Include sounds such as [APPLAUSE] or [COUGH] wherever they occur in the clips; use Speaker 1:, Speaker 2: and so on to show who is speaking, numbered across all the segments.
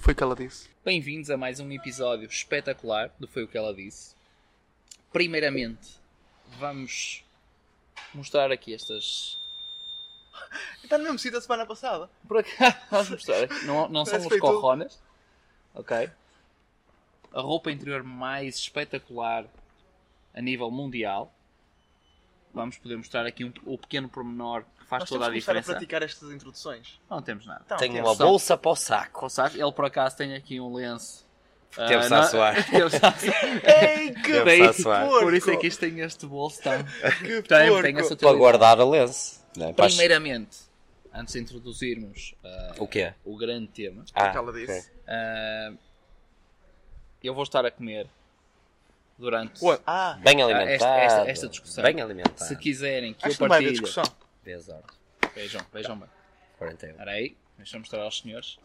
Speaker 1: Foi o que ela disse.
Speaker 2: Bem-vindos a mais um episódio espetacular do Foi o que ela disse. Primeiramente, vamos mostrar aqui estas.
Speaker 1: Está no mesmo sítio da semana passada.
Speaker 2: Por acaso, [LAUGHS] vamos mostrar. aqui. Não, não são
Speaker 1: Parece
Speaker 2: os
Speaker 1: feito.
Speaker 2: corronas. Ok. A roupa interior mais espetacular a nível mundial. Vamos poder mostrar aqui um- o pequeno pormenor que faz
Speaker 1: Nós temos que
Speaker 2: toda a
Speaker 1: começar a
Speaker 2: diferença.
Speaker 1: praticar estas introduções.
Speaker 2: não temos nada.
Speaker 1: Então,
Speaker 3: Tenho um
Speaker 1: temos.
Speaker 3: uma [LAUGHS]
Speaker 2: só-
Speaker 3: bolsa para o saco.
Speaker 2: Sabe? Ele por acaso tem aqui um lenço. ah,
Speaker 3: Temos
Speaker 2: não-
Speaker 3: a suar.
Speaker 2: [LAUGHS] Temos a suar.
Speaker 1: Ei, que
Speaker 3: Temos a suar.
Speaker 1: porco!
Speaker 2: Por isso é que isto tem este bolso tão.
Speaker 1: Que
Speaker 2: Tem,
Speaker 1: porco!
Speaker 2: tem essa
Speaker 3: Para
Speaker 2: utilidade.
Speaker 3: guardar a lenço. Né? Para as-
Speaker 2: Primeiramente, antes de introduzirmos ah,
Speaker 3: O quê?
Speaker 2: o grande tema,
Speaker 3: Ah,
Speaker 1: que ela disse.
Speaker 3: ok.
Speaker 2: ah, eu vou estar a comer durante
Speaker 1: Ué, Ah,
Speaker 3: Bem
Speaker 2: ah,
Speaker 3: alimentado.
Speaker 2: esta, esta- esta discussão.
Speaker 3: Bem alimentado.
Speaker 2: Se quiserem que
Speaker 1: acho que
Speaker 2: eu
Speaker 1: não vai haver
Speaker 2: partilhe.
Speaker 1: discussão.
Speaker 3: Dez horas.
Speaker 2: Vejam, vejam bem.
Speaker 3: 41.
Speaker 2: Espera aí, deixa eu mostrar aos senhores.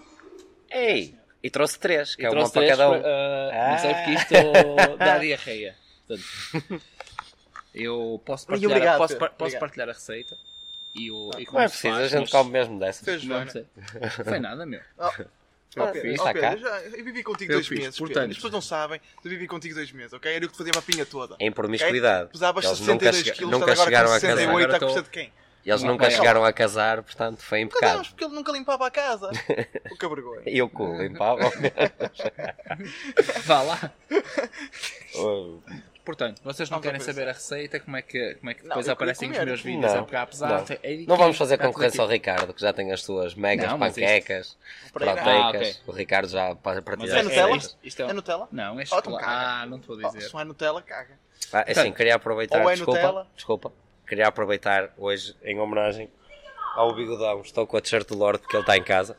Speaker 3: Ei! E trouxe três, que
Speaker 2: Eu
Speaker 3: é uma
Speaker 2: trouxe
Speaker 3: para
Speaker 2: três
Speaker 3: cada um.
Speaker 2: para- ah, Não sei porque
Speaker 1: [LAUGHS]
Speaker 2: isto dá diarreia. Portanto, eu posso
Speaker 1: Muito
Speaker 2: partilhar,
Speaker 1: obrigado,
Speaker 2: posso, par-
Speaker 1: Pedro.
Speaker 2: posso
Speaker 1: Obrigado.
Speaker 2: partilhar a receita e, o, e como
Speaker 3: Não é
Speaker 2: se
Speaker 3: preciso, a
Speaker 2: faz,
Speaker 3: gente
Speaker 2: mas-
Speaker 3: come mesmo é? dessas.
Speaker 1: Fez
Speaker 2: Não,
Speaker 1: bem.
Speaker 2: não sei. Foi nada, meu.
Speaker 1: Oh,
Speaker 3: Ah,
Speaker 1: oh, Pedro,
Speaker 3: fiz,
Speaker 1: oh,
Speaker 3: tá
Speaker 1: Pedro,
Speaker 3: cá.
Speaker 1: eu, já, eu vivi contigo
Speaker 2: Eu
Speaker 1: dois
Speaker 2: fiz,
Speaker 1: meses.
Speaker 2: portanto.
Speaker 1: Pedro. As pessoas não sabem, eu vivi contigo dois meses, ok? Era o que te fazia uma pinha toda.
Speaker 3: Em promiscuidade.
Speaker 1: Pesavas
Speaker 3: É. Eles
Speaker 1: 62
Speaker 3: nunca chega-
Speaker 1: quilos,
Speaker 3: nunca
Speaker 1: estás agora
Speaker 3: chegaram
Speaker 1: com
Speaker 3: a casar.
Speaker 1: 68, está com
Speaker 2: Agora tô-
Speaker 1: de quem?
Speaker 3: Eles
Speaker 2: Não, é.
Speaker 3: nunca
Speaker 2: vai.
Speaker 3: chegaram a casar, portanto foi
Speaker 1: Cadámos,
Speaker 3: impecável.
Speaker 1: porque ele nunca limpava a
Speaker 3: [LAUGHS]
Speaker 1: casa. É O que vergonha.
Speaker 3: E o
Speaker 2: [LAUGHS]
Speaker 3: cu limpava.
Speaker 2: Vá lá.
Speaker 3: Oh,
Speaker 2: Portanto, vocês não
Speaker 1: Vamos
Speaker 2: querem
Speaker 1: aparecer.
Speaker 2: saber a receita, como é que, como é que
Speaker 1: Não,
Speaker 2: depois
Speaker 1: eu queria
Speaker 2: aparecem os
Speaker 1: comer.
Speaker 2: meus vídeos, é
Speaker 3: não,
Speaker 2: porque apesar
Speaker 3: não.
Speaker 2: de- é de
Speaker 3: Não
Speaker 2: quem?
Speaker 3: vamos fazer
Speaker 2: Tá tudo
Speaker 3: concorrência ao
Speaker 2: aqui.
Speaker 3: Ricardo, que já tem as suas megas
Speaker 2: Não, mas isto-
Speaker 3: panquecas,
Speaker 1: Espera aí, não.
Speaker 2: Ah,
Speaker 3: proteicas. O Ricardo já pa-
Speaker 2: Mas
Speaker 3: partilha
Speaker 1: é
Speaker 3: as
Speaker 1: Nutella?
Speaker 3: receitas.
Speaker 2: isto- isto é
Speaker 1: É
Speaker 2: um-
Speaker 1: Nutella?
Speaker 2: Não, é
Speaker 1: Ó, tu
Speaker 2: chocolate.
Speaker 1: caga.
Speaker 2: Ah, não te vou
Speaker 1: Oh,
Speaker 2: dizer.
Speaker 1: se não é Nutella, caga.
Speaker 3: Ah, assim,
Speaker 2: Portanto,
Speaker 3: queria aproveitar,
Speaker 1: ou é
Speaker 3: desculpa,
Speaker 1: Nutella.
Speaker 3: desculpa, queria aproveitar hoje em homenagem ao Bigodão. Estou com a t-shirt do Lorde porque ele está em casa.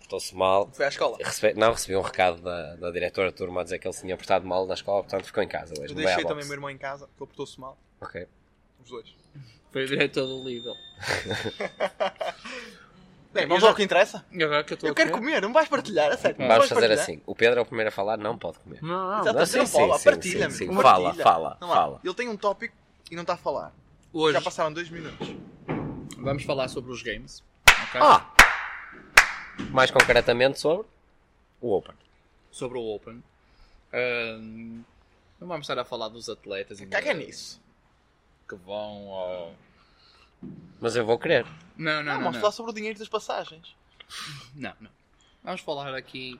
Speaker 3: Estou-se mal.
Speaker 1: Foi à escola.
Speaker 3: Recebi- não, recebi um recado da, da diretora da turma a dizer que ele se tinha portado mal na escola, portanto ficou em casa hoje.
Speaker 1: Eu
Speaker 3: Não vai à
Speaker 1: deixei também Ah.
Speaker 3: boxe.
Speaker 1: o meu irmão em casa, que ele portou-se mal.
Speaker 3: Ok.
Speaker 1: Os dois. um
Speaker 2: Foi direto do Lidl.
Speaker 1: Bem,
Speaker 2: Eu
Speaker 1: vamos
Speaker 2: já-
Speaker 1: ao que interessa.
Speaker 2: E agora que eu estou
Speaker 1: Eu
Speaker 2: a
Speaker 1: quero comer, não vais partilhar, é sério. não
Speaker 3: Vamos
Speaker 1: vais
Speaker 3: fazer
Speaker 1: partilhar.
Speaker 3: assim. O Pedro é o primeiro a falar, não pode comer.
Speaker 2: Não, não,
Speaker 1: Exatamente,
Speaker 3: Não, sim,
Speaker 1: não
Speaker 3: sim,
Speaker 1: fala,
Speaker 3: sim,
Speaker 1: partilha,
Speaker 3: sim, sim.
Speaker 1: meu,
Speaker 3: Fala,
Speaker 1: partilha.
Speaker 3: fala,
Speaker 1: Não há.
Speaker 3: fala.
Speaker 1: Ele tem um tópico e não está a falar.
Speaker 2: Hoje
Speaker 1: Já passaram dois minutos.
Speaker 2: vamos falar sobre os games. ok?
Speaker 3: Ah! Mais concretamente sobre o Open.
Speaker 2: Sobre o Open. Ahm, não vamos estar a falar dos atletas e
Speaker 1: Caga é nisso.
Speaker 2: que vão ao.
Speaker 3: Mas eu vou querer.
Speaker 1: Não,
Speaker 2: Não, não, não.
Speaker 1: vamos
Speaker 2: Não,
Speaker 1: falar sobre o dinheiro das passagens.
Speaker 2: não, não. Vamos falar aqui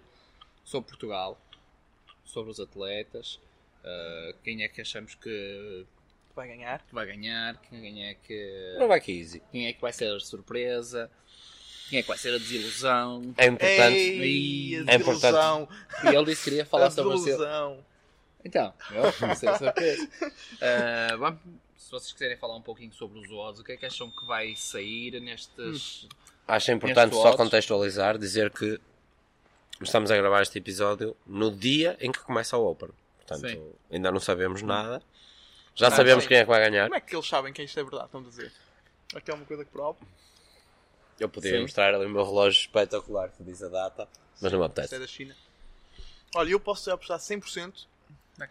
Speaker 2: sobre Portugal, sobre os atletas, ah, quem é que achamos que
Speaker 1: Vai ganhar.
Speaker 2: vai ganhar, quem é que,
Speaker 3: Não vai que easy.
Speaker 2: quem é que vai ser a surpresa, quem é que vai ser a desilusão.
Speaker 3: É importante.
Speaker 1: Ei, a
Speaker 3: É importante.
Speaker 1: desilusão.
Speaker 2: E ele disse que queria
Speaker 1: A
Speaker 2: falar sobre o seu.
Speaker 1: desilusão.
Speaker 2: Então, eu vou ser a surpresa. Ah, vamos- se vocês quiserem falar um pouquinho sobre os odds, o que é que acham que vai sair nestes.
Speaker 1: Hum.
Speaker 3: Acho importante
Speaker 2: Neste
Speaker 3: só
Speaker 2: odds.
Speaker 3: contextualizar, dizer que estamos a gravar este episódio no dia em que começa o Open. Portanto,
Speaker 2: Sim.
Speaker 3: ainda não sabemos nada. Já
Speaker 1: Ah,
Speaker 3: sabemos
Speaker 1: sim.
Speaker 3: quem é que vai ganhar.
Speaker 1: Como é que eles sabem que isto é verdade, estão a dizer? Aqui é uma coisa que prova.
Speaker 3: Eu podia
Speaker 2: Sim.
Speaker 3: mostrar ali o meu relógio espetacular que diz a data, mas não me
Speaker 1: Isto é
Speaker 3: apetece.
Speaker 1: da China. Olha, eu posso apostar 100%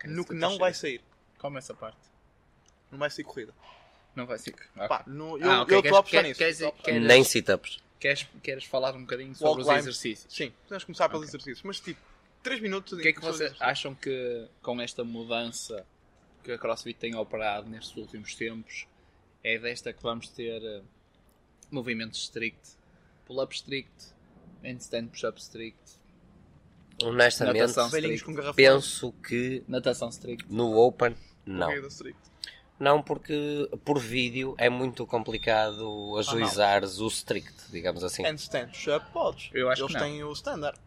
Speaker 1: no que não vai sair.
Speaker 2: Como essa parte?
Speaker 1: Não vai sair corrida.
Speaker 2: Não vai ser.
Speaker 1: Pá, no- eu
Speaker 2: Ah, ok,
Speaker 1: eu
Speaker 2: queres-
Speaker 1: estou a apostar
Speaker 2: quer-
Speaker 1: nisso.
Speaker 2: queres-
Speaker 1: Estou a apostar.
Speaker 2: queres-
Speaker 3: Nem sit-ups.
Speaker 2: Queres, queres falar um bocadinho
Speaker 1: Wall
Speaker 2: sobre os
Speaker 1: climb.
Speaker 2: exercícios?
Speaker 1: Sim, podemos começar pelos
Speaker 2: Ok.
Speaker 1: exercícios. Mas tipo, 3 minutos.
Speaker 2: O que é que vocês acham que com esta mudança que a CrossFit tem operado nestes últimos tempos é desta que vamos ter eh, movimentos strict, pull-up strict, handstand push-up strict,
Speaker 3: Honestamente,
Speaker 2: Natação.
Speaker 1: Velhinhos com garrafões.
Speaker 3: penso que
Speaker 2: natação strict?
Speaker 3: no Open, não.
Speaker 1: Corrida strict.
Speaker 3: Não, porque por vídeo é muito complicado ajuizares o strict, digamos assim.
Speaker 1: Handstand push-up, podes.
Speaker 2: Eu acho que
Speaker 1: Eles
Speaker 2: não.
Speaker 1: têm o standard.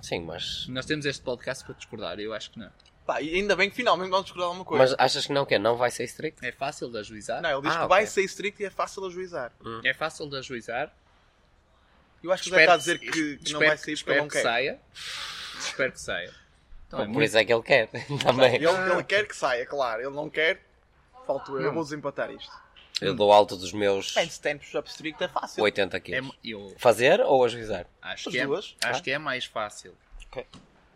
Speaker 3: Sim, mas.
Speaker 2: Nós temos este podcast para discordar, eu acho que não.
Speaker 1: Pá, e ainda bem que finalmente vamos discordar alguma coisa.
Speaker 3: Mas achas que não que Não vai ser strict?
Speaker 2: É fácil de ajuizar?
Speaker 1: Não, ele diz
Speaker 3: Ah,
Speaker 1: que
Speaker 3: ok.
Speaker 1: vai ser strict e é fácil ajuizar.
Speaker 2: É fácil de ajuizar.
Speaker 1: Eu acho que deve estar a dizer que
Speaker 2: espero-
Speaker 1: não vai sair porque ele
Speaker 2: espero
Speaker 1: não
Speaker 2: que
Speaker 1: quer.
Speaker 2: saia. Espero que saia. Então, é
Speaker 3: Por
Speaker 2: muito-
Speaker 3: isso é que ele quer
Speaker 1: [LAUGHS]
Speaker 3: também.
Speaker 1: Ele, ele quer que saia, claro. Ele não quer. Falto eu. Eu vou desempatar isto.
Speaker 3: Eu dou alto dos meus
Speaker 1: Handstand push-up strict é fácil.
Speaker 3: 80
Speaker 2: é
Speaker 3: quilos.
Speaker 2: mu- eu
Speaker 3: Fazer ou ajuizar?
Speaker 2: acho
Speaker 1: As
Speaker 2: que, é,
Speaker 1: duas, Ah.
Speaker 2: acho que é mais fácil.
Speaker 3: Eu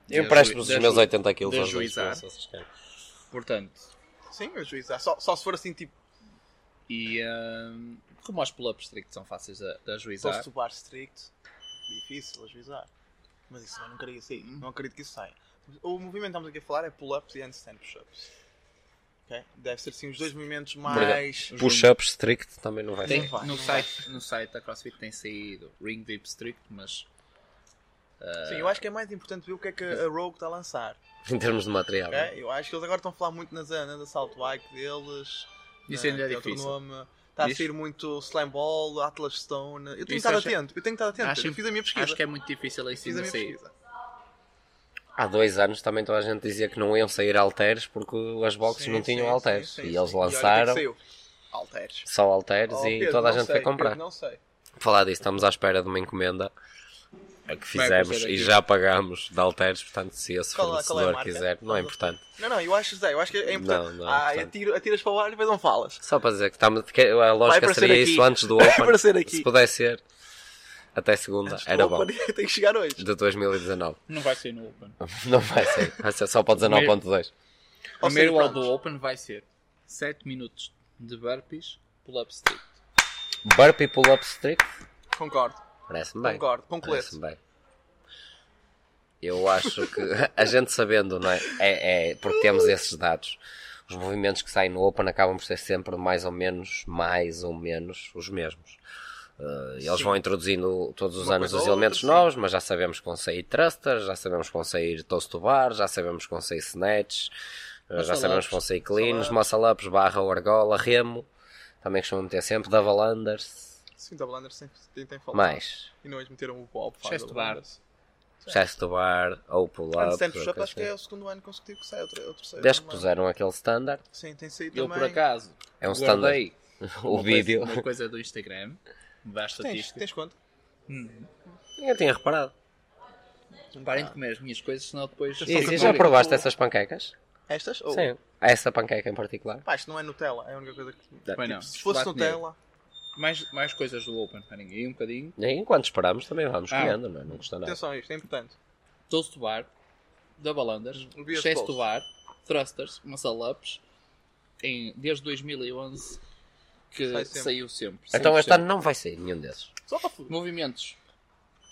Speaker 2: De
Speaker 3: empresto-vos
Speaker 2: ajui-
Speaker 3: os
Speaker 2: de
Speaker 3: meus
Speaker 2: ajui-
Speaker 3: 80 quilos
Speaker 2: de
Speaker 3: aos dois,
Speaker 2: ajuizar.
Speaker 3: se vocês querem.
Speaker 2: Portanto,
Speaker 1: Sim, ajuizar. Só, só se for assim, tipo,
Speaker 2: e hum, como os pull-ups strict são fáceis de, de ajuizar,
Speaker 1: posso bar strict. Difícil ajuizar. Mas isso eu não queria sair.
Speaker 2: Hum.
Speaker 1: Não acredito que isso saia. O movimento que estamos aqui a falar é pull-ups e handstand push-ups. Ok? Deve ser sim os dois movimentos mais.
Speaker 3: Push-ups strict também não vai
Speaker 2: Tem-
Speaker 3: ser.
Speaker 1: vai,
Speaker 2: no,
Speaker 1: não
Speaker 2: site, no site da CrossFit tem saído Ring Deep Strict, mas
Speaker 1: Sim, eu acho que é mais importante ver o que é que a Rogue está a lançar.
Speaker 3: [LAUGHS] Em termos de
Speaker 2: Tá
Speaker 3: material.
Speaker 1: ok?
Speaker 3: não é?
Speaker 1: Eu acho que eles agora estão a falar muito na zona de assalto bike deles. né,
Speaker 2: Isso
Speaker 1: na-
Speaker 2: ainda é
Speaker 1: tem outro
Speaker 2: difícil.
Speaker 1: nome. Está a
Speaker 2: Diz?
Speaker 1: sair muito Slam Ball, Atlas Stone. Eu tenho que
Speaker 2: Isso
Speaker 1: estar
Speaker 2: acho-
Speaker 1: atento. Eu tenho que estar atento.
Speaker 2: acho,
Speaker 1: eu fiz a minha pesquisa.
Speaker 2: acho que é muito difícil aí sim
Speaker 1: Fiz a minha
Speaker 2: sair.
Speaker 1: pesquisa.
Speaker 3: Há dois anos também toda a gente dizia que não iam sair halteres porque as boxes
Speaker 1: Sim,
Speaker 3: não tinham
Speaker 1: sim,
Speaker 3: halteres.
Speaker 1: sim, sim,
Speaker 3: e eles
Speaker 1: sim.
Speaker 3: lançaram
Speaker 1: E olha o que é que saiu. Halteres.
Speaker 3: só halteres
Speaker 1: Oh,
Speaker 3: e
Speaker 1: Pedro,
Speaker 3: toda a
Speaker 1: não
Speaker 3: gente
Speaker 1: sei,
Speaker 3: foi comprar.
Speaker 1: Pedro, não sei.
Speaker 3: Por Falar disso, estamos à espera de uma encomenda a que fizemos
Speaker 2: acontecer
Speaker 3: e
Speaker 2: aqui.
Speaker 3: já pagámos de halteres, portanto, se esse
Speaker 1: Qual- qual é a
Speaker 3: fornecedor
Speaker 1: marca?
Speaker 3: quiser, não é importante.
Speaker 1: Não, não, eu acho, Zé, eu acho que é importante.
Speaker 3: Não, não é
Speaker 1: ah,
Speaker 3: importante.
Speaker 1: atiro- atiras para o ar e depois não falas.
Speaker 3: Só para dizer que estamos, que é, a lógica
Speaker 1: aparecer
Speaker 3: seria
Speaker 1: aqui.
Speaker 3: isso antes do
Speaker 1: Vai
Speaker 3: Open.
Speaker 1: aparecer aqui.
Speaker 3: Se puder ser, até segunda, era
Speaker 1: [LAUGHS]
Speaker 3: bom.
Speaker 1: Tem que chegar hoje.
Speaker 3: De 2019.
Speaker 2: Não vai ser no Open.
Speaker 3: Não vai ser, vai ser só para o 19.2.
Speaker 1: Ou
Speaker 2: O primeiro
Speaker 1: seja,
Speaker 2: wall do
Speaker 1: pronto.
Speaker 2: Open vai ser 7 minutos de burpees, pull-up strict.
Speaker 3: Burpee pull-up strict,
Speaker 1: Concordo,
Speaker 3: parece-me bem. é assim.
Speaker 1: concordo, com colete.
Speaker 3: Parece-me bem. Eu acho que [LAUGHS] a gente sabendo, não é? É, é? Porque temos esses dados. Os movimentos que saem no Open acabam por ser sempre mais ou menos, mais ou menos, os mesmos. Uh, eles vão introduzindo todos os
Speaker 1: Uma
Speaker 3: anos
Speaker 1: coisa
Speaker 3: os
Speaker 1: ou outra,
Speaker 3: elementos
Speaker 1: sim.
Speaker 3: novos, mas já sabemos que vão sair thrusters, já sabemos que vão sair toast to bar, já sabemos que vão sair snatch, uh, já
Speaker 2: Muscle
Speaker 3: sabemos
Speaker 2: ups,
Speaker 3: que vão sair cleans, muscle ups, barra ou argola, remo, também costumam meter sempre, double unders,
Speaker 1: Sim, da Blender sempre tem, tem falta.
Speaker 3: mais.
Speaker 1: E não hoje meteram o pop.
Speaker 2: Chest bar.
Speaker 3: Chest to bar ou pull-up.
Speaker 1: Handstand push-up acho que é o segundo ano consecutivo que sai, ou tre- ou terceiro.
Speaker 3: Desde assim. que
Speaker 1: não me
Speaker 3: puseram aquele standard,
Speaker 1: lembro. Sim, tem saído
Speaker 2: Eu,
Speaker 1: também.
Speaker 2: por acaso,
Speaker 3: É um
Speaker 2: guardei
Speaker 3: o
Speaker 2: uma
Speaker 3: vídeo. [LAUGHS]
Speaker 2: Coisa, uma coisa do Instagram, da
Speaker 1: Tens,
Speaker 2: estatística. Hum,
Speaker 1: tens conta?
Speaker 3: Ninguém tinha reparado.
Speaker 2: Parem
Speaker 1: Ah,
Speaker 2: de comer as minhas coisas, senão depois...
Speaker 1: Sim,
Speaker 3: E,
Speaker 1: sim,
Speaker 3: e
Speaker 1: que
Speaker 3: já
Speaker 1: eu-
Speaker 3: provaste essas panquecas?
Speaker 1: Estas? Ou...
Speaker 3: Sim. Essa panqueca em particular?
Speaker 1: Pá, isto não é Nutella, é a única coisa que...
Speaker 2: Bem, não.
Speaker 1: Se fosse
Speaker 2: Chocolate negro.
Speaker 1: Nutella...
Speaker 2: Mais, mais coisas do Open, parem aí um bocadinho.
Speaker 3: E enquanto esperamos também vamos
Speaker 2: Ah.
Speaker 3: comendo, não, é? não custa nada.
Speaker 1: Atenção a isto, é importante.
Speaker 2: Toast to bar, double unders,
Speaker 1: Não vi as
Speaker 2: chest to
Speaker 1: poses.
Speaker 2: bar, thrusters, muscle ups. Em, desde 2011 que
Speaker 1: Sai sempre.
Speaker 2: saiu sempre.
Speaker 3: Então
Speaker 2: 100%.
Speaker 3: este ano não vai sair nenhum desses.
Speaker 1: Só para foder.
Speaker 2: Movimentos: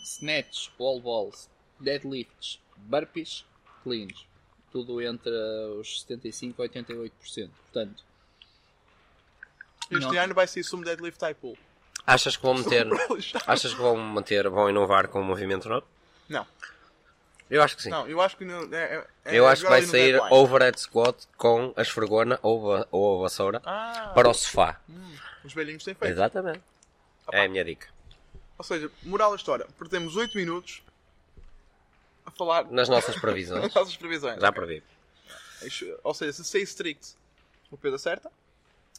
Speaker 2: snatch, wall balls, deadlifts, burpees, cleans. Tudo entre os 75 a 88%. Portanto,
Speaker 1: Este
Speaker 2: Não.
Speaker 1: ano vai sair sumo deadlift type pull.
Speaker 3: Achas que vão meter.
Speaker 1: [LAUGHS] Já.
Speaker 3: achas que vão manter, vão inovar com o movimento novo?
Speaker 1: Não,
Speaker 3: Eu acho que sim.
Speaker 1: não, eu acho que... Não, é, é- é
Speaker 3: Eu acho
Speaker 1: jogar
Speaker 3: que vai
Speaker 1: ali no
Speaker 3: sair
Speaker 1: deadline.
Speaker 3: overhead squat com a esfregona ou a, ou a vassoura
Speaker 1: Ah,
Speaker 3: para o sofá.
Speaker 1: os velhinhos têm feito.
Speaker 3: Exatamente. É a minha dica.
Speaker 1: Ou seja, moral da história, perdemos 8 minutos a falar
Speaker 3: Nas nossas
Speaker 1: das
Speaker 3: previsões.
Speaker 1: [LAUGHS] nossas previsões.
Speaker 3: Já previ.
Speaker 1: Isto- Ou seja, se sair strict, o Pedro acerta.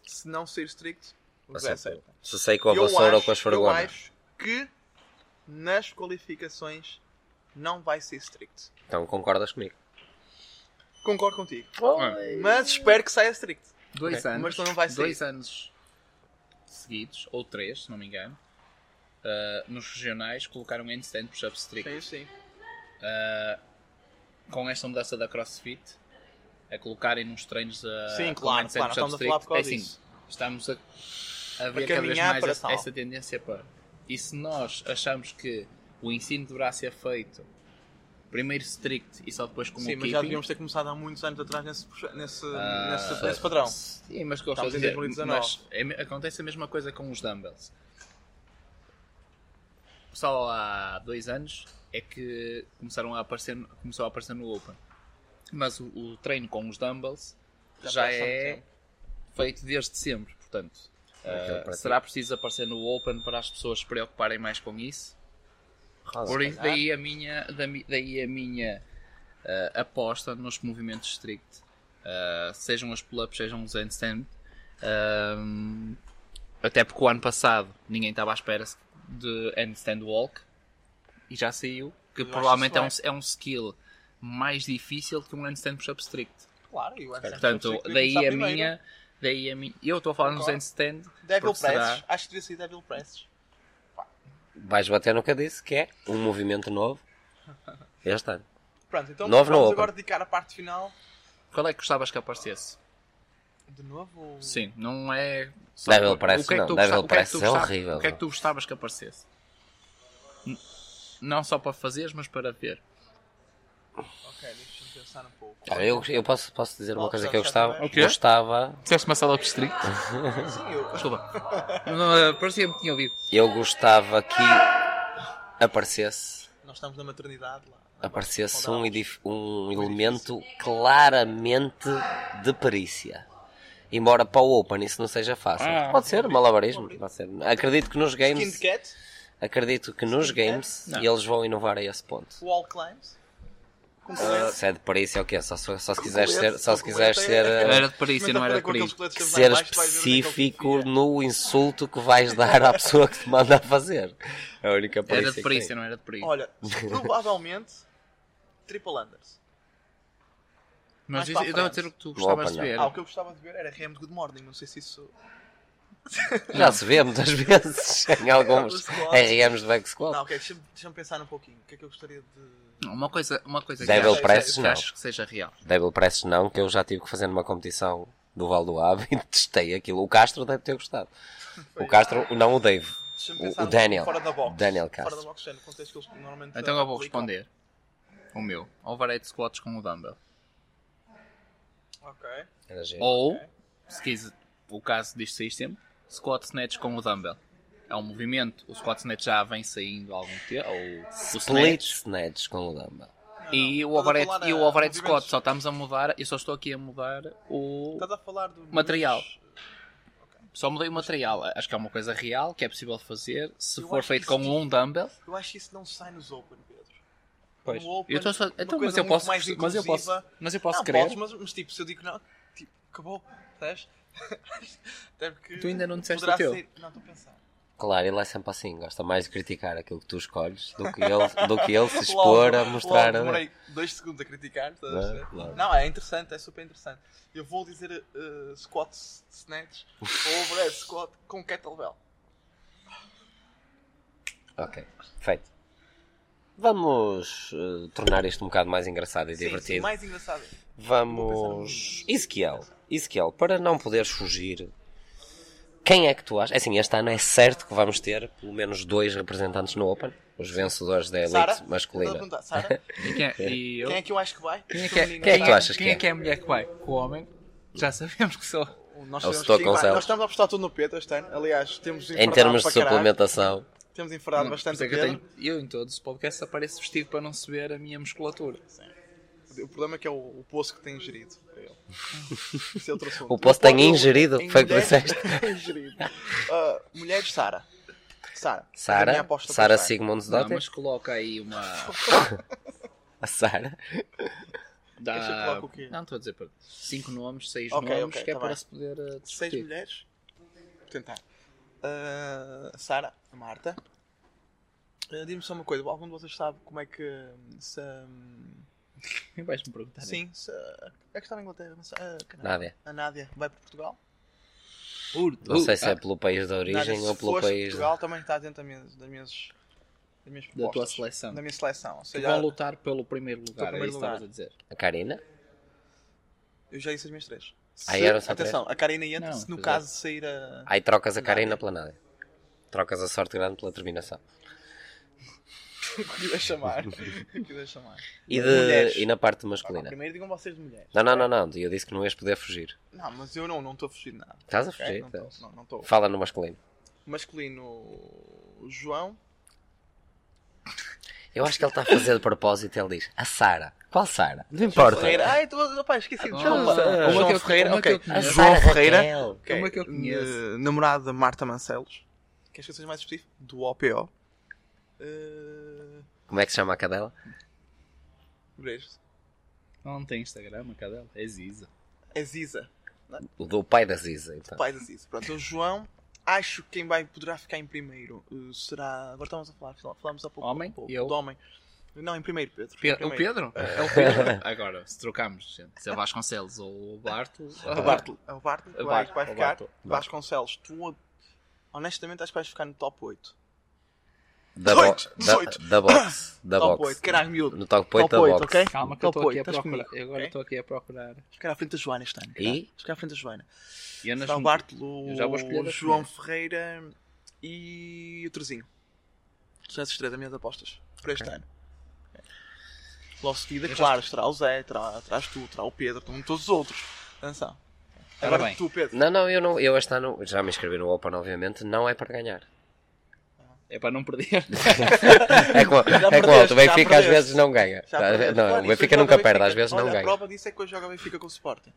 Speaker 1: Se não sair strict, o Zé
Speaker 3: Acerta.
Speaker 1: acerta.
Speaker 3: Se sei com a
Speaker 1: Eu
Speaker 3: vassoura ou
Speaker 1: acho-
Speaker 3: com a
Speaker 1: Eu
Speaker 3: esfregona.
Speaker 1: acho que nas qualificações não vai ser strict.
Speaker 3: Então concordas comigo?
Speaker 1: Concordo contigo.
Speaker 2: Oi.
Speaker 1: Mas espero que saia strict.
Speaker 2: dois anos,
Speaker 1: Mas então não vai sair.
Speaker 2: dois anos seguidos, ou três, se não me engano, ah, nos regionais colocaram handstand push-up strict.
Speaker 1: Sim, sim.
Speaker 2: com esta mudança da CrossFit a colocarem nos treinos uh, a
Speaker 1: Sim, claro,
Speaker 2: a comando
Speaker 1: claro,
Speaker 2: centros
Speaker 1: estamos a falar por causa
Speaker 2: é assim,
Speaker 1: disso.
Speaker 2: estamos a, a ver cada vez
Speaker 1: caminhar
Speaker 2: mais
Speaker 1: para
Speaker 2: essa,
Speaker 1: tal.
Speaker 2: essa tendência para e se nós achamos que o ensino deverá ser feito primeiro strict e só depois como
Speaker 1: Sim,
Speaker 2: o
Speaker 1: mas já
Speaker 2: keeping,
Speaker 1: devíamos ter começado há muitos anos atrás nesse, puxa- nesse,
Speaker 2: Ah,
Speaker 1: nesse, nesse padrão.
Speaker 2: Sim, mas que eu estou a
Speaker 1: Estamos em
Speaker 2: dizer,
Speaker 1: 2019.
Speaker 2: mas é me- acontece a mesma coisa com os dumbbells. Só há dois anos é que começaram a aparecer, começou a aparecer no Open. Mas o, o treino com os dumbbells já,
Speaker 1: Já faz há muito
Speaker 2: é
Speaker 1: tempo.
Speaker 2: feito desde sempre, portanto.
Speaker 3: Aquilo
Speaker 2: ah,
Speaker 3: para ti.
Speaker 2: será preciso aparecer no Open para as pessoas se preocuparem mais com isso? Por isso, daí a minha, da mi- daí a minha ah, aposta nos movimentos strict, Ah, sejam os pull-ups, sejam os handstand. Ahm, até porque o ano passado ninguém estava à espera de handstand walk e já saiu, que
Speaker 1: Eu acho
Speaker 2: provavelmente é um,
Speaker 1: isso
Speaker 2: é um skill mais difícil que um handstand push-up strict.
Speaker 1: Claro, e o Anderson
Speaker 2: Portanto,
Speaker 1: Pacheco devia
Speaker 2: daí
Speaker 1: começar
Speaker 2: a
Speaker 1: primeiro.
Speaker 2: minha. Daí a minha. Eu estou a falar nos
Speaker 1: Concordo.
Speaker 2: handstand.
Speaker 1: Devil Presses.
Speaker 2: porque será-
Speaker 1: Acho que devia ser Devil Presses.
Speaker 3: Vais bater no que eu disse, que é um movimento novo. Este ano.
Speaker 1: Pronto, então
Speaker 3: Nove no
Speaker 1: vamos
Speaker 3: Open.
Speaker 1: agora dedicar a parte final.
Speaker 2: Qual é que gostavas que aparecesse?
Speaker 1: De novo?
Speaker 2: Sim, não é. só
Speaker 3: Devil
Speaker 2: por-
Speaker 3: Press,
Speaker 2: o que é que
Speaker 3: não.
Speaker 2: tu
Speaker 3: Devil
Speaker 2: gosta- o que é que tu
Speaker 3: Press é
Speaker 2: gostava-
Speaker 3: horrível,
Speaker 2: O que é que
Speaker 3: não.
Speaker 2: tu gostavas que aparecesse? Não só para fazeres, mas para ver.
Speaker 1: Ok, deixa-me pensar um pouco.
Speaker 2: Ah,
Speaker 3: Olha, eu, eu posso, posso dizer uma
Speaker 1: Qual
Speaker 3: coisa
Speaker 1: que
Speaker 3: que eu
Speaker 1: é o chat
Speaker 3: gostava?
Speaker 1: também?
Speaker 2: O quê?
Speaker 3: Gostava,
Speaker 2: Disseste uma sala de street?
Speaker 1: Sim, eu.
Speaker 2: Desculpa. Não, não, Parecia que me tinha ouvido.
Speaker 3: eu gostava que aparecesse,
Speaker 1: Nós estamos na maternidade lá.
Speaker 3: aparecesse um, edif- um elemento claramente de perícia. Embora para o Open isso não seja fácil.
Speaker 2: Ah.
Speaker 3: pode ser, malabarismo. Pode ser. Acredito que nos
Speaker 1: Skin de
Speaker 3: games,
Speaker 1: Cat,
Speaker 3: acredito que nos games
Speaker 2: Não.
Speaker 3: eles vão inovar a esse ponto.
Speaker 1: Wall Climbs.
Speaker 2: Ah,
Speaker 1: Com colete.
Speaker 3: Se é de Paris é o quê? Só, se- só se quiseres
Speaker 1: colete,
Speaker 3: ser, só se
Speaker 1: com
Speaker 3: quiseres
Speaker 1: colete
Speaker 3: ser,
Speaker 1: é-
Speaker 3: eh,
Speaker 2: Era de Paris, não era de Paris.
Speaker 3: ser específico no insulto que vais dar à pessoa que te manda a fazer. É a única
Speaker 2: Era
Speaker 3: perícia.
Speaker 2: de
Speaker 3: que
Speaker 2: Paris,
Speaker 3: tem.
Speaker 2: não era de Paris.
Speaker 1: é. Olha, provavelmente Triple Unders.
Speaker 2: Mas
Speaker 1: mais
Speaker 2: isso-
Speaker 1: para a
Speaker 2: eu estava a
Speaker 1: frente.
Speaker 2: dizer o que tu
Speaker 3: Vou
Speaker 2: gostavas de
Speaker 3: apanhar.
Speaker 2: ver.
Speaker 1: Ah, o que eu gostava de ver era Rem Good Morning, não sei se isso.
Speaker 3: Já se vê muitas [LAUGHS] vezes em alguns
Speaker 1: Back squat.
Speaker 3: RMs de back
Speaker 1: Não,
Speaker 3: squat.
Speaker 1: ok, deixa-me deixa pensar um pouquinho. O que é que eu gostaria de.
Speaker 2: Uma coisa, uma coisa
Speaker 3: Devil
Speaker 2: que, acho,
Speaker 3: Presses,
Speaker 2: que
Speaker 3: não.
Speaker 2: acho que seja real.
Speaker 3: Devil Press não, que eu já tive que fazer numa competição do Val do Ave [LAUGHS] e testei aquilo. O Castro deve ter gostado. O Castro, não o Dave.
Speaker 1: Deixa-me
Speaker 3: O-
Speaker 1: pensar
Speaker 3: o
Speaker 1: um
Speaker 3: Daniel.
Speaker 1: pouco fora da box.
Speaker 3: Daniel
Speaker 1: Fora
Speaker 3: Castro.
Speaker 1: da box, é no contexto que eles normalmente.
Speaker 2: Então eu vou
Speaker 1: aplicam.
Speaker 2: responder. O meu. Overhead squats com o dumbbell.
Speaker 1: Ok.
Speaker 3: Era
Speaker 1: É,
Speaker 3: giro.
Speaker 2: Ou, se quiser, o caso disto sair sempre, squat snatch com o dumbbell. É um movimento. O squat snatch já vem saindo há algum tempo. Ou o
Speaker 3: Split
Speaker 2: snatch.
Speaker 3: Snatch com o Dumbbell.
Speaker 2: E o
Speaker 1: Estás a
Speaker 2: overhead,
Speaker 1: falar
Speaker 2: e o
Speaker 1: a
Speaker 2: overhead
Speaker 1: movimentos- Tá
Speaker 2: squat. Só estamos a mudar. Eu só estou aqui a mudar o...
Speaker 1: Estás a falar do.
Speaker 2: Material. Só mudei o material. Acho que é uma coisa real, que é possível fazer, se
Speaker 1: Eu
Speaker 2: for
Speaker 1: acho
Speaker 2: feito
Speaker 1: que
Speaker 2: com
Speaker 1: sim.
Speaker 2: um dumbbell.
Speaker 1: Eu acho que isso não sai nos Open, Pedro.
Speaker 2: Pois.
Speaker 1: No Um Open,
Speaker 2: Eu estou só...
Speaker 1: uma
Speaker 2: então, mas
Speaker 1: coisa
Speaker 2: eu
Speaker 1: muito
Speaker 2: posso...
Speaker 1: mais
Speaker 2: Mas eu posso...
Speaker 1: inclusiva.
Speaker 2: Mas eu posso
Speaker 1: não,
Speaker 2: querer.
Speaker 1: podes, mas, mas tipo, se eu digo não, tipo, acabou. Sabes? [LAUGHS] Até porque.
Speaker 2: Tu ainda não disseste
Speaker 1: poderá
Speaker 2: o teu.
Speaker 1: ser- Não, estou a pensar.
Speaker 3: Claro, ele é sempre assim. Gosta mais de criticar aquilo que tu escolhes do que ele, do que ele
Speaker 1: [LAUGHS]
Speaker 3: se expor a mostrar.
Speaker 1: Logo,
Speaker 3: a-
Speaker 1: demorei dois segundos a criticar. estás a
Speaker 3: Não,
Speaker 1: ver?
Speaker 3: claro.
Speaker 1: Não, é interessante, é super interessante. Eu vou dizer eh, squat snatch ou overhead squat com kettlebell.
Speaker 3: Ok, feito. Vamos eh, tornar isto um bocado mais engraçado e
Speaker 1: Sim,
Speaker 3: divertido. É
Speaker 1: Sim, mais engraçado. Vou
Speaker 3: Vamos.
Speaker 1: pensar
Speaker 3: Ezequiel, Ezequiel, para não poderes fugir, quem é que tu achas? Assim, este ano é certo que vamos ter pelo menos dois representantes no Open, os vencedores da elite
Speaker 1: Sara,
Speaker 3: masculina.
Speaker 1: vou perguntar,
Speaker 3: [LAUGHS]
Speaker 1: Sara,
Speaker 2: E
Speaker 1: [LAUGHS]
Speaker 2: quem é, e eu?
Speaker 1: quem é que eu acho que vai?
Speaker 2: Quem é que é,
Speaker 1: Feminino.
Speaker 3: quem é que tu achas
Speaker 2: quem
Speaker 3: que
Speaker 2: é
Speaker 3: é?
Speaker 2: a mulher que vai? O homem? Já [LAUGHS] sabemos que sou.
Speaker 1: Nós,
Speaker 3: É o
Speaker 1: sabemos que
Speaker 3: Stockholm
Speaker 1: sim, vai.
Speaker 3: Cells.
Speaker 1: Nós estamos a apostar tudo no Pedro este ano. Aliás, temos
Speaker 3: Em
Speaker 1: enfardado
Speaker 3: termos de
Speaker 1: para caralho.
Speaker 3: suplementação,
Speaker 1: Temos enfardado
Speaker 2: Por isso
Speaker 1: Tá bastante
Speaker 2: é
Speaker 1: o
Speaker 2: que eu,
Speaker 1: Pedro.
Speaker 2: tenho- eu, em todos os podcasts apareço vestido para não se ver a minha musculatura.
Speaker 1: O problema é que é o, o poço que tem ingerido. É
Speaker 2: [LAUGHS]
Speaker 1: ele. Esse é outro assunto.
Speaker 3: o poço tem
Speaker 1: Em
Speaker 3: ingerido, foi o que
Speaker 1: mulheres-
Speaker 3: tu disseste.
Speaker 1: ingerido. Ah, mulheres, Sara. Sara. Mas a minha
Speaker 3: Sara,
Speaker 1: aposta para
Speaker 3: Sara
Speaker 1: Sara.
Speaker 2: Não,
Speaker 3: Sigmundsdóttir,
Speaker 2: mas coloca
Speaker 1: [LAUGHS]
Speaker 2: aí uma.
Speaker 3: a Sara.
Speaker 1: Deixa eu
Speaker 2: Dá...
Speaker 1: colocar o quê?
Speaker 2: Não, estou a dizer, para cinco nomes, seis
Speaker 1: Ok,
Speaker 2: nomes,
Speaker 1: ok,
Speaker 2: que é
Speaker 1: tá
Speaker 2: para
Speaker 1: bem.
Speaker 2: se poder uh,
Speaker 1: Seis
Speaker 2: discutir.
Speaker 1: mulheres. Vou tentar. Ah, Sara, Marta. Ah, Diz-me só uma coisa, algum de vocês sabe como é que hum, se, hum,
Speaker 2: [LAUGHS] Vais-me perguntar. né?
Speaker 1: sim, se, ah, é que está na Inglaterra, mas ah, que não.
Speaker 3: Nádia.
Speaker 1: a Nádia vai para Portugal?
Speaker 3: Não
Speaker 2: Uh,
Speaker 3: sei se
Speaker 2: ah,
Speaker 3: é pelo país de
Speaker 1: Nádia,
Speaker 3: origem
Speaker 1: se
Speaker 3: ou pelo
Speaker 1: fores para
Speaker 3: país. né?
Speaker 1: Portugal também está dentro das minhas, das minhas, das minhas
Speaker 2: Da tua
Speaker 1: propostas.
Speaker 2: seleção.
Speaker 1: Da minha seleção. Ou
Speaker 2: Que
Speaker 1: seja,
Speaker 2: vão lutar pelo primeiro lugar,
Speaker 1: primeiro
Speaker 2: é isso que estavas
Speaker 1: lugar.
Speaker 2: a dizer.
Speaker 3: A Karina?
Speaker 1: eu já disse as minhas três.
Speaker 3: Ah,
Speaker 1: Se-
Speaker 3: eram só
Speaker 1: atenção, a Karina entra
Speaker 2: Não,
Speaker 1: se no
Speaker 2: pois é.
Speaker 1: caso de sair a. [LAUGHS]
Speaker 3: Aí trocas a Karina pela Nádia. Trocas a sorte grande pela terminação.
Speaker 1: Quiser chamar. [LAUGHS] Quiser chamar.
Speaker 3: E,
Speaker 1: Mulheres.
Speaker 3: de, e na parte
Speaker 1: Ah,
Speaker 3: masculina?
Speaker 1: Primeiro digam vocês de mulheres.
Speaker 3: Não, não, não, não. Eu disse que não ias poder fugir.
Speaker 1: Não, mas eu não, não estou a fugir de nada.
Speaker 3: Estás a
Speaker 1: ok?
Speaker 3: fugir?
Speaker 1: Não
Speaker 3: tá?
Speaker 1: estou. Não, não estou.
Speaker 3: Fala no masculino.
Speaker 1: Masculino João.
Speaker 3: Eu acho que ele está a fazer de propósito. Ele diz: A Sara. Qual Sara? Não importa.
Speaker 1: Ferreira. Ai, tô, opa, esqueci.
Speaker 2: Ah,
Speaker 1: Desculpa.
Speaker 2: ah, uma que
Speaker 1: João
Speaker 2: eu-
Speaker 1: Ferreira,
Speaker 2: uma que eu
Speaker 1: ok.
Speaker 3: A
Speaker 2: conheço.
Speaker 1: João
Speaker 3: Sara
Speaker 1: Ferreira.
Speaker 3: Raquel.
Speaker 1: ok.
Speaker 2: Uma que eu conheço.
Speaker 1: Eh, Namorado da Marta Mancelos. Queres que eu seja mais específico? Do OPO. Eh,
Speaker 3: Como é que se chama a cadela?
Speaker 1: Vejo.
Speaker 2: Ela não tem Instagram, a cadela. É Ziza.
Speaker 1: É Ziza.
Speaker 3: O do pai da Ziza.
Speaker 2: Tá.
Speaker 3: Então.
Speaker 1: Pai da Ziza. assim, Pronto, o João. Acho que quem vai, poderá ficar em primeiro eh, será. Agora estamos a falar, falamos há pouco.
Speaker 2: Homem?
Speaker 1: há pouco,
Speaker 2: Eu?
Speaker 1: Do homem. Não, em primeiro, Pedro.
Speaker 2: Pe-
Speaker 1: Em
Speaker 2: o
Speaker 1: primeiro.
Speaker 2: Pedro? É o
Speaker 3: [LAUGHS]
Speaker 2: Pedro. Agora, se trocarmos, gente, se é Vasconcelos ou o
Speaker 1: [LAUGHS]
Speaker 2: ah, Bartol.
Speaker 1: O Bartol. O Bartol
Speaker 2: O
Speaker 1: vai,
Speaker 2: Bartol,
Speaker 1: vai
Speaker 2: o
Speaker 1: ficar.
Speaker 2: Bartol.
Speaker 1: Vasconcelos, tu honestamente acho que vais ficar no top 8.
Speaker 3: Da, bo-
Speaker 1: 18,
Speaker 3: da-
Speaker 1: 18.
Speaker 3: da box. Da
Speaker 1: top
Speaker 3: box.
Speaker 1: 8, caralho, miúdo.
Speaker 3: No top 8 da box.
Speaker 1: ok?
Speaker 2: Calma, que eu
Speaker 1: Top
Speaker 2: estou
Speaker 1: oito,
Speaker 2: aqui a
Speaker 1: estás
Speaker 2: procurar.
Speaker 1: comigo,
Speaker 2: Eu agora
Speaker 1: ok?
Speaker 2: estou aqui a procurar.
Speaker 1: Ficar à frente da Joana este ano.
Speaker 3: E?
Speaker 1: Ficar à frente da Joana.
Speaker 2: E andas
Speaker 1: Está o
Speaker 2: junto.
Speaker 1: Então, Bartolo,
Speaker 2: Eu já vou escolher
Speaker 1: o
Speaker 2: a
Speaker 1: João Ferreira e o Trezinho. São essas três as minhas apostas para este ano. Ok. Logo seguida, claro, estará o Zé, terá- terás tu, terá o Pedro, terão todos os outros. Atenção.
Speaker 2: Ora
Speaker 1: Agora
Speaker 2: bem.
Speaker 1: tu, Pedro.
Speaker 3: Não, não, eu, não, eu este ano já me inscrevi no Open, obviamente, não é para ganhar.
Speaker 2: É para não
Speaker 3: [LAUGHS]
Speaker 2: perder.
Speaker 3: É como,
Speaker 1: Já
Speaker 3: é como
Speaker 1: perdeste,
Speaker 3: o
Speaker 1: já
Speaker 3: Benfica às
Speaker 1: perdeste.
Speaker 3: vezes não ganha. Tá,
Speaker 1: Já perdeste.
Speaker 3: Não,
Speaker 1: Olha,
Speaker 3: o
Speaker 1: isso
Speaker 3: Benfica
Speaker 1: eu jogo
Speaker 3: nunca
Speaker 1: ao
Speaker 3: perde, às vezes
Speaker 1: Olha,
Speaker 3: não
Speaker 1: A
Speaker 3: ganha.
Speaker 1: prova disso é que eu jogo a Benfica com o Sporting.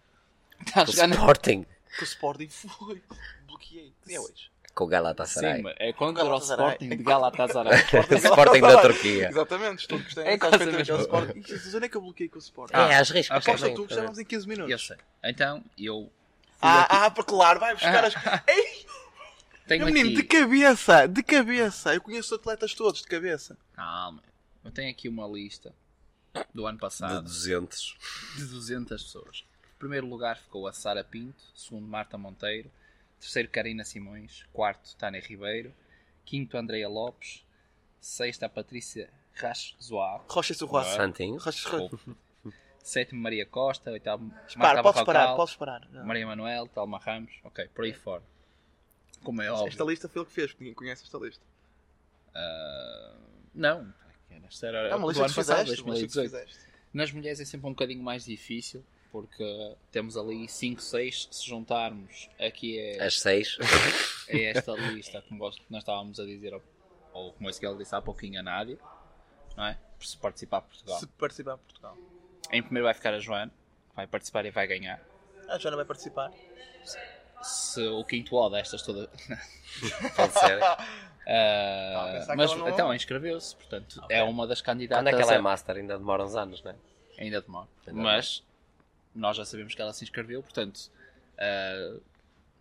Speaker 2: Está Tá a
Speaker 3: O
Speaker 2: jogar na
Speaker 3: Sporting
Speaker 1: Que o Sporting foi. Bloqueei. É
Speaker 3: [LAUGHS]
Speaker 1: hoje.
Speaker 3: com [LAUGHS] o Galatasaray.
Speaker 2: Sim, é contra o
Speaker 1: Galatasaray.
Speaker 2: Sporting de Galatasaray.
Speaker 3: O Sporting da Turquia.
Speaker 1: Exatamente, estou gostando.
Speaker 2: É
Speaker 1: É
Speaker 2: quase
Speaker 1: quase
Speaker 2: a mesma
Speaker 1: aquele Sporting. Jesus, onde é que eu bloqueei com o Sporting?
Speaker 2: Ah,
Speaker 3: é, às riscas.
Speaker 2: ok.
Speaker 1: Aposta
Speaker 3: também,
Speaker 1: então tu que já
Speaker 3: também.
Speaker 1: vamos em 15 minutos.
Speaker 2: Eu sei. Então, eu
Speaker 1: Ah, ah, porque claro, vai buscar as. Ei,
Speaker 2: tenho
Speaker 1: menino, de
Speaker 2: aqui...
Speaker 1: cabeça, de cabeça. Eu conheço atletas todos, de cabeça.
Speaker 2: Calma. Eu tenho aqui uma lista do ano
Speaker 3: De
Speaker 2: passado
Speaker 3: 200.
Speaker 2: de 200 pessoas. Em primeiro lugar ficou a Sara Pinto, segundo Marta Monteiro, terceiro Karina Simões, quarto Tânia Ribeiro, quinto Andreia Lopes, sexta a Patrícia Raszoar,
Speaker 1: Rocha Surroça.
Speaker 3: Santinho.
Speaker 1: Rocha Surroça.
Speaker 2: sétimo Maria Costa, oitavo
Speaker 1: Para,
Speaker 2: Marta
Speaker 1: podes parar,
Speaker 2: Barrocal,
Speaker 1: podes parar. Já.
Speaker 2: Maria Manuel, Telma Ramos, ok, por aí fora. Como é
Speaker 1: É. Esta
Speaker 2: óbvio.
Speaker 1: lista foi ele que fez, porque ninguém conhece esta lista.
Speaker 2: Não, esta era
Speaker 1: É uma
Speaker 2: do
Speaker 1: lista que
Speaker 2: ano passado,
Speaker 1: fizeste, uma lista que
Speaker 2: 2018.
Speaker 1: fizeste.
Speaker 2: Nas mulheres é sempre um bocadinho mais difícil, porque temos ali 5, 6, se juntarmos, aqui é,
Speaker 1: [LAUGHS]
Speaker 3: Às 6.
Speaker 2: é esta lista, como gosto- nós estávamos a dizer, ao- ou como é que ele disse há pouquinho a Nádia, não é? Por se participar Portugal.
Speaker 1: Se participar em Portugal.
Speaker 2: Em primeiro vai ficar a Joana, que vai participar e vai ganhar.
Speaker 1: A Joana Ah, vai participar.
Speaker 2: Se o quinto O destas todas.
Speaker 3: Pode ser.
Speaker 1: a
Speaker 2: Ah,
Speaker 1: pensar que
Speaker 2: mas
Speaker 1: ela não-
Speaker 2: então inscreveu-se, portanto, é uma das
Speaker 1: tá
Speaker 2: candidatas.
Speaker 3: Quando é que ela é
Speaker 2: a-
Speaker 3: master? Ainda demora uns anos, não é?
Speaker 2: Ainda demora.
Speaker 3: Ainda
Speaker 2: Mas nós já sabemos que ela se inscreveu, portanto, ah,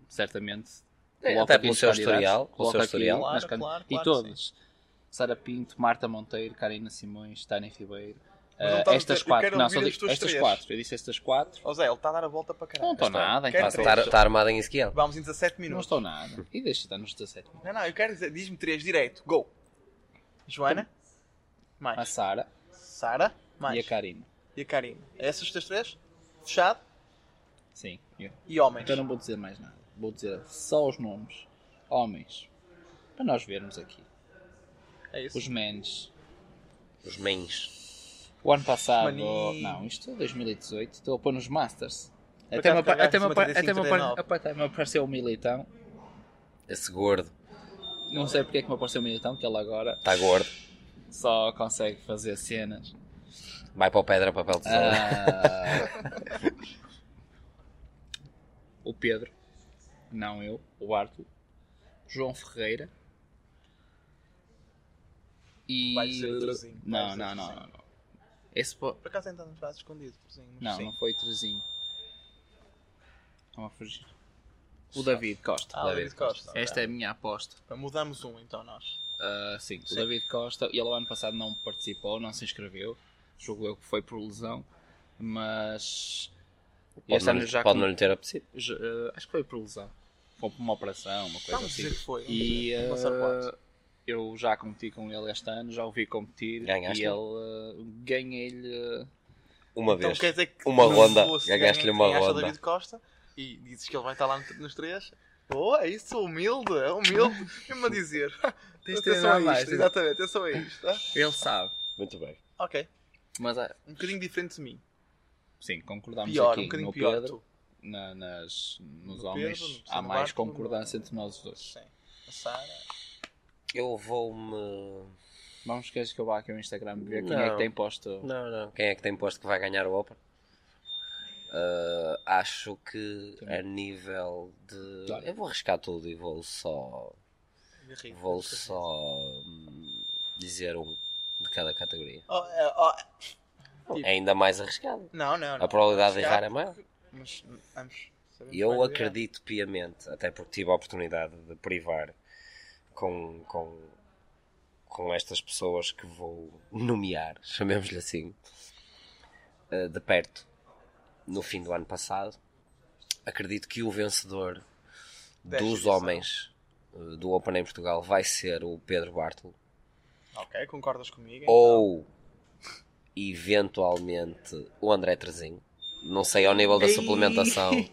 Speaker 2: certamente.
Speaker 3: É,
Speaker 2: coloca
Speaker 3: até
Speaker 2: aqui
Speaker 3: pelo
Speaker 2: os
Speaker 3: seu
Speaker 2: candidatos,
Speaker 3: historial, pelo
Speaker 2: coloca
Speaker 3: seu
Speaker 2: aqui
Speaker 3: historial.
Speaker 2: nas
Speaker 1: Claro,
Speaker 2: can-
Speaker 1: claro,
Speaker 2: E
Speaker 1: claro,
Speaker 2: todas. Sara Pinto, Marta Monteiro, Karina Simões, Tânia Ribeiro.
Speaker 1: Mas não
Speaker 2: ah,
Speaker 1: estás a
Speaker 2: estas
Speaker 1: dizer- eu
Speaker 2: quatro.
Speaker 1: quero
Speaker 2: Não,
Speaker 1: ouvir
Speaker 2: só
Speaker 1: as
Speaker 2: digo
Speaker 1: tuas
Speaker 2: estas
Speaker 1: três.
Speaker 2: quatro. Eu disse estas quatro.
Speaker 1: Ó Zé, ele está a dar a volta para
Speaker 2: Não
Speaker 1: caralho.
Speaker 2: estou nada,
Speaker 1: Quero
Speaker 2: então.
Speaker 1: três.
Speaker 3: Está tá armada em Ezequiel.
Speaker 1: Vamos em 17
Speaker 2: Não
Speaker 1: minutos.
Speaker 2: estou nada. E deixa estar nos 17 minutos.
Speaker 1: Não, não, eu quero dizer, diz-me três direito. Go. Joana.
Speaker 2: A
Speaker 1: Mais.
Speaker 2: Sara
Speaker 1: Sara. Mais.
Speaker 2: Ah, e a Karina.
Speaker 1: E a Karina. Essas três três? Fechado.
Speaker 2: Sim. eu.
Speaker 1: E homens.
Speaker 2: Então não vou dizer mais nada. Vou dizer só os nomes. Homens. Para nós vermos aqui.
Speaker 1: É isso.
Speaker 2: Os menos.
Speaker 3: Os mens.
Speaker 2: O ano passado.
Speaker 1: Mani.
Speaker 2: Não, isto é 2018. Estou a pôr nos Masters.
Speaker 1: Por
Speaker 2: Até
Speaker 1: acaso
Speaker 2: me, apa-
Speaker 1: carregaste
Speaker 2: até, me apa-
Speaker 1: 55,
Speaker 2: até, me apa-
Speaker 1: 39.
Speaker 2: apa- até me apareceu um militão.
Speaker 3: Esse gordo.
Speaker 2: Não sei porque é que me apareceu um militão, que ele agora
Speaker 3: Está gordo.
Speaker 2: só consegue fazer cenas.
Speaker 3: Vai para o pedra, papel, tesoura.
Speaker 2: Ah. o Pedro. Não eu. O Arthur. João Ferreira. E.
Speaker 1: Vai ser Terezinho, vai
Speaker 2: Não,
Speaker 1: ser
Speaker 2: não, não,
Speaker 1: Terezinho.
Speaker 2: não. não. Esse po-
Speaker 1: Por acaso ainda não estás escondido. Sim, mas
Speaker 2: Não,
Speaker 1: sim.
Speaker 2: não foi Terezinho. Estão a fugir. O David Costa.
Speaker 1: Ah, o David Costa.
Speaker 2: Esta é a minha aposta.
Speaker 1: é... Mudamos um então nós.
Speaker 2: Ah, sim, o David Costa, ele o ano passado não participou, não se inscreveu. Jogo eu que foi por lesão, mas.
Speaker 3: Pode,
Speaker 2: este
Speaker 3: não,
Speaker 2: ano já
Speaker 3: pode
Speaker 2: com-
Speaker 3: não lhe ter apetecido.
Speaker 2: já, ah, acho que foi por lesão. Foi por uma operação, uma coisa
Speaker 1: Vamos dizer
Speaker 2: assim.
Speaker 1: que foi. vamos
Speaker 2: E
Speaker 1: dizer,
Speaker 2: ah,
Speaker 1: passar quatro.
Speaker 2: eu já competi com ele este ano, já o vi competir
Speaker 3: Ganhaste?
Speaker 2: e ele ah, ganhei-lhe. eh,
Speaker 3: Uma
Speaker 1: Então
Speaker 3: vez.
Speaker 1: quer dizer que
Speaker 3: Uma
Speaker 1: não
Speaker 3: ronda.
Speaker 1: fosse
Speaker 3: Ganhaste-lhe
Speaker 1: ganhar-
Speaker 3: uma
Speaker 1: ganhaste ao
Speaker 3: ronda.
Speaker 1: David Costa e dizes que ele vai estar lá no- nos três. Oh, é isso, humilde, é humilde. Mesmo a dizer.
Speaker 2: Tens
Speaker 1: Atenção
Speaker 2: de treinar
Speaker 1: a isto,
Speaker 2: mais. né?
Speaker 1: Exatamente, atenção a isto. tá?
Speaker 2: Ele sabe,
Speaker 3: Muito bem.
Speaker 1: Ok,
Speaker 2: mas ah,
Speaker 1: um bocadinho diferente de mim.
Speaker 2: sim, concordamos
Speaker 1: Pior,
Speaker 2: aqui
Speaker 1: um bocadinho
Speaker 2: no
Speaker 1: pior.
Speaker 2: Pedro.
Speaker 1: tu.
Speaker 2: na- nas, nos
Speaker 1: No
Speaker 2: homens
Speaker 1: Pedro, no
Speaker 2: há mais
Speaker 1: Sandro Barco,
Speaker 2: concordância entre nós os dois.
Speaker 1: Sim. A Sara.
Speaker 3: Eu vou-me.
Speaker 2: Vamos queres que eu vá aqui ao Instagram ver quem
Speaker 3: Não.
Speaker 2: é que tem posto.
Speaker 3: Não, não. Quem é que tem posto que vai ganhar o Open? Ah, acho que a nível de.
Speaker 2: Claro.
Speaker 3: Eu vou arriscar tudo e vou só.
Speaker 1: Garrido.
Speaker 3: Vou só hum, dizer um de cada categoria.
Speaker 1: Oh, é, oh,
Speaker 3: É ainda mais arriscado.
Speaker 1: Não, não, não.
Speaker 3: A probabilidade de errar
Speaker 1: Arriscado,
Speaker 3: é maior.
Speaker 1: Mas ambos sabemos é que
Speaker 3: Eu
Speaker 1: vai
Speaker 3: acredito piamente, até porque tive a oportunidade de privar com, com, com estas pessoas que vou nomear, [LAUGHS] chamemos-lhe assim, eh, de perto, no fim do ano passado. Acredito que o vencedor
Speaker 1: Desta
Speaker 3: dos
Speaker 1: edição.
Speaker 3: homens eh, do Open em Portugal vai ser o Pedro Bartolo
Speaker 1: virar. Ok, concordas comigo?
Speaker 3: ou eventualmente o André Trezinho. Não sei ao nível da
Speaker 2: Ei!
Speaker 3: suplementação.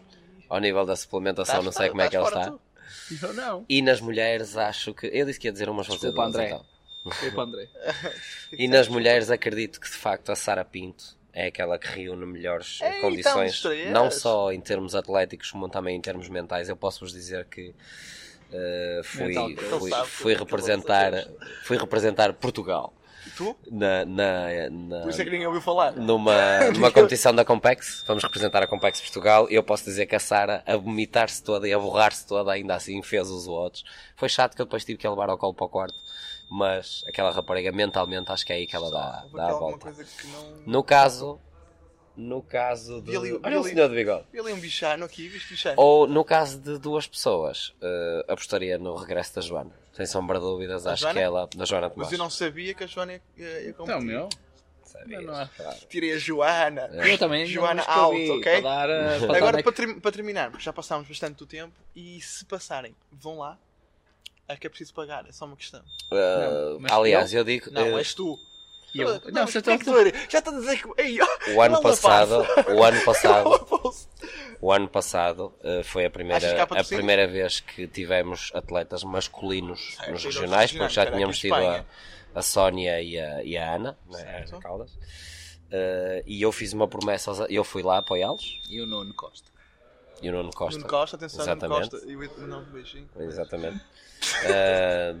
Speaker 3: Ao nível da suplementação,
Speaker 1: Estás
Speaker 3: não sei
Speaker 1: fora,
Speaker 3: como é que ele
Speaker 1: estás
Speaker 3: está.
Speaker 1: fora tu.
Speaker 2: Eu não.
Speaker 3: E nas mulheres acho que. Eu disse que ia dizer umas vão ser
Speaker 2: Desculpa,
Speaker 3: duas,
Speaker 2: André.
Speaker 3: então.
Speaker 2: Foi para o André.
Speaker 1: é
Speaker 3: E nas mulheres acredito que de facto a Sara Pinto é aquela que reúne melhores eh,
Speaker 1: Ei,
Speaker 3: condições,
Speaker 1: então, estrelas.
Speaker 3: não só em termos atléticos, como também em termos mentais. Eu posso vos dizer que eh, fui,
Speaker 2: Mental, ele
Speaker 3: fui,
Speaker 1: sabe
Speaker 3: fui
Speaker 1: que eu vou
Speaker 3: representar,
Speaker 1: fazer.
Speaker 3: fui representar Portugal
Speaker 1: E tu?
Speaker 3: na, na- na-
Speaker 1: Por isso é que ninguém ouviu falar. [LAUGHS]
Speaker 3: numa, numa competição da Compex. Vamos representar a Compex Portugal. E eu posso dizer que a Sara, a vomitar-se toda e a borrar-se toda, ainda assim fez os votos. Foi chato que eu depois tive que a levar ao colo para o quarto. Mas aquela rapariga, mentalmente, acho que é aí que ela dá,
Speaker 1: Houve
Speaker 3: dá
Speaker 1: aqui
Speaker 3: a
Speaker 1: alguma
Speaker 3: volta.
Speaker 1: coisa que não.
Speaker 3: No caso. No caso de.
Speaker 1: Vi ali- vi
Speaker 3: Olha o
Speaker 1: ali-
Speaker 3: senhor de bigode.
Speaker 1: Vi ali um bichano aqui, viste bichano?
Speaker 3: Ou no caso de duas pessoas, eh, apostaria no regresso da Joana. Sem sombra de dúvidas,
Speaker 1: Da
Speaker 3: acho
Speaker 1: Joana?
Speaker 3: que ela. Da Joana Tomás.
Speaker 1: Mas eu não sabia que a Joana ia, ia, ia competir.
Speaker 2: Então, meu.
Speaker 3: Sabias,
Speaker 2: Não, não é.
Speaker 3: claro.
Speaker 1: Tirei a Joana.
Speaker 3: É.
Speaker 2: Eu também.
Speaker 1: Joana
Speaker 2: não escrevi
Speaker 1: out, ok?
Speaker 2: Para dar, eh,
Speaker 3: Então,
Speaker 2: para dar
Speaker 1: Agora,
Speaker 2: a-
Speaker 1: para, ter- para terminar, porque já passámos bastante do tempo, e se passarem, vão lá. É que é preciso pagar, é só uma questão.
Speaker 3: Eh,
Speaker 2: Não, mas
Speaker 3: aliás, eu digo.
Speaker 1: Não,
Speaker 3: eh,
Speaker 1: és tu.
Speaker 2: E eu-
Speaker 1: Não,
Speaker 2: Não,
Speaker 1: mas
Speaker 2: se eu
Speaker 1: porquê é que
Speaker 2: estou-
Speaker 1: tu eres? já estás a dizer que. Ei, [LAUGHS] ó,
Speaker 3: O ano
Speaker 1: Não, rapaz.
Speaker 3: passado, o ano
Speaker 1: [LAUGHS] ela
Speaker 3: passado,
Speaker 1: pôs.
Speaker 3: o ano passado eh, foi a
Speaker 1: Achas que
Speaker 3: primeira,
Speaker 1: há para
Speaker 3: a
Speaker 1: torcer?
Speaker 3: primeira vez que tivemos atletas masculinos
Speaker 1: Certo,
Speaker 3: nos
Speaker 1: e nós
Speaker 3: regionais, porque já
Speaker 1: regionais,
Speaker 3: tínhamos tido
Speaker 1: era aqui
Speaker 3: a,
Speaker 1: Espanha.
Speaker 3: a Sónia e a, e a Ana, né, a
Speaker 1: Certo.
Speaker 3: Ana Caldas. Eh, e eu fiz uma promessa, aos- eu fui lá apoiá-los
Speaker 2: E o Nuno Costa.
Speaker 3: e o Nuno Costa.
Speaker 1: Nuno Costa, atenção, Nuno
Speaker 3: Exatamente.
Speaker 1: Costa. E o não, beijinho.
Speaker 3: Exatamente. Eh,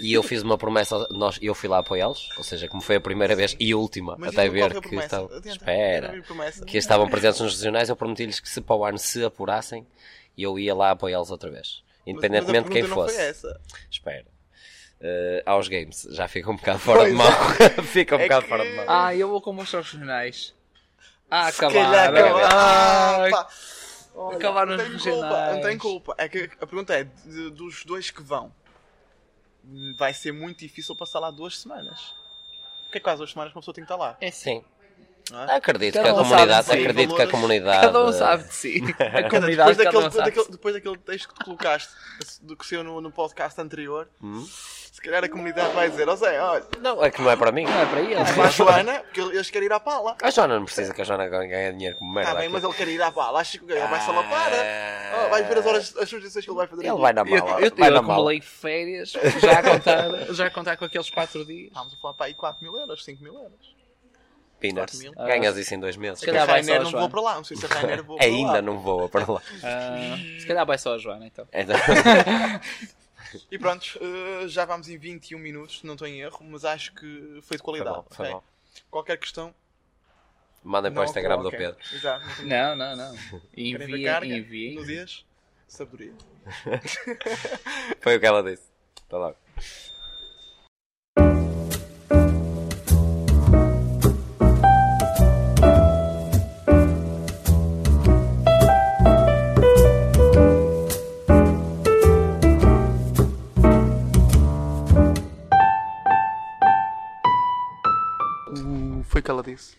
Speaker 3: e eu fiz uma promessa, aos- nós, eu fui lá apoiá-los, ou seja, como foi a primeira vez e última,
Speaker 1: Mas
Speaker 3: até
Speaker 1: diz-me qual
Speaker 3: ver
Speaker 1: foi a
Speaker 3: que
Speaker 1: promessa.
Speaker 3: estavam.
Speaker 1: Adianta,
Speaker 3: Espera.
Speaker 1: quero ouvir a promessa.
Speaker 3: que estavam presentes nos regionais, eu prometi-lhes que se para o ano se apurassem, eu ia lá apoiá-los outra vez. Independentemente de quem
Speaker 1: Mas a pergunta
Speaker 3: fosse.
Speaker 1: Não foi essa.
Speaker 3: Espera. Eh, aos games, já fica um bocado fora de mão. [LAUGHS] fica um
Speaker 1: É
Speaker 3: bocado
Speaker 1: que-
Speaker 3: fora de mão.
Speaker 2: Ah, eu vou com os jornais. Ah,
Speaker 1: Se calhar
Speaker 2: acabar.
Speaker 1: acabou.
Speaker 2: Ah,
Speaker 1: Ah, pá. Olha,
Speaker 2: acabaram
Speaker 1: não
Speaker 2: os
Speaker 1: tenho culpa,
Speaker 2: regionais.
Speaker 1: não tenho culpa. É que a pergunta é: de- dos dois que vão, vai ser muito difícil passar lá duas semanas. Porque é quase duas semanas que uma pessoa tem que estar lá.
Speaker 2: É sim.
Speaker 3: Sim.
Speaker 1: Ah.
Speaker 3: Acredito que
Speaker 2: Cada
Speaker 3: a
Speaker 2: um
Speaker 3: comunidade.
Speaker 2: sabe de si,
Speaker 3: Acredito que a
Speaker 1: valores.
Speaker 3: comunidade.
Speaker 2: Cada um sabe de si. A
Speaker 1: Cada-
Speaker 2: comunidade,
Speaker 1: depois,
Speaker 2: cada
Speaker 1: daquele,
Speaker 2: um sabe.
Speaker 1: daquele- depois daquele texto que tu colocaste, do que saiu no, no podcast anterior,
Speaker 3: Hum?
Speaker 1: se calhar a comunidade vai dizer: Ó Zé,
Speaker 3: [LAUGHS]
Speaker 1: olha,
Speaker 3: Não, é que não é para mim.
Speaker 2: Não é para
Speaker 1: vai a
Speaker 2: eles.
Speaker 1: Joana, porque eles querem ir à pala.
Speaker 3: A Joana não precisa que a Joana ganhe dinheiro como merda.
Speaker 1: Está Tá bem,
Speaker 3: aqui.
Speaker 1: mas ele quer ir à pala. Acho que o gajo vai salapar. né?
Speaker 3: Ah,
Speaker 1: Oh, vais ver as horas, as sugestões que ele vai fazer.
Speaker 3: Ele
Speaker 1: aqui.
Speaker 3: vai na
Speaker 2: Eu,
Speaker 3: mala.
Speaker 2: eu,
Speaker 3: vai
Speaker 2: eu
Speaker 3: na mala.
Speaker 2: acumulei férias já a, contar, já a contar com aqueles 4 dias.
Speaker 1: Estamos a falar para aí 4 mil euros, 5 mil euros.
Speaker 3: Peanuts.
Speaker 1: 4.000.
Speaker 3: Ganhas isso em dois meses.
Speaker 2: Se
Speaker 1: É que
Speaker 2: calhar
Speaker 1: a
Speaker 2: vai
Speaker 1: Rainer
Speaker 2: só a
Speaker 1: não
Speaker 2: Joana.
Speaker 1: vou para lá, não sei [LAUGHS] se a Rainer vou para lá.
Speaker 3: É Ainda não voa para
Speaker 1: [LAUGHS]
Speaker 3: lá.
Speaker 2: Ah, se calhar vai só a Joana então.
Speaker 1: É
Speaker 3: Então-
Speaker 1: E pronto, eh, já vamos em 21 minutos, não estou em erro, mas acho que foi de
Speaker 3: Foi
Speaker 1: qualidade.
Speaker 3: bom, foi
Speaker 1: ok?
Speaker 3: bom.
Speaker 1: Qualquer questão.
Speaker 3: Mandem para o
Speaker 1: não,
Speaker 3: Instagram do
Speaker 1: ok.
Speaker 3: Pedro.
Speaker 1: Exato. não tem-
Speaker 2: Não, não, não.
Speaker 1: Querem ver
Speaker 2: Enviem,
Speaker 1: carga?
Speaker 2: enviem.
Speaker 1: No dias, sabedoria.
Speaker 3: Foi o que ela disse. Até logo.
Speaker 1: foi o que ela disse.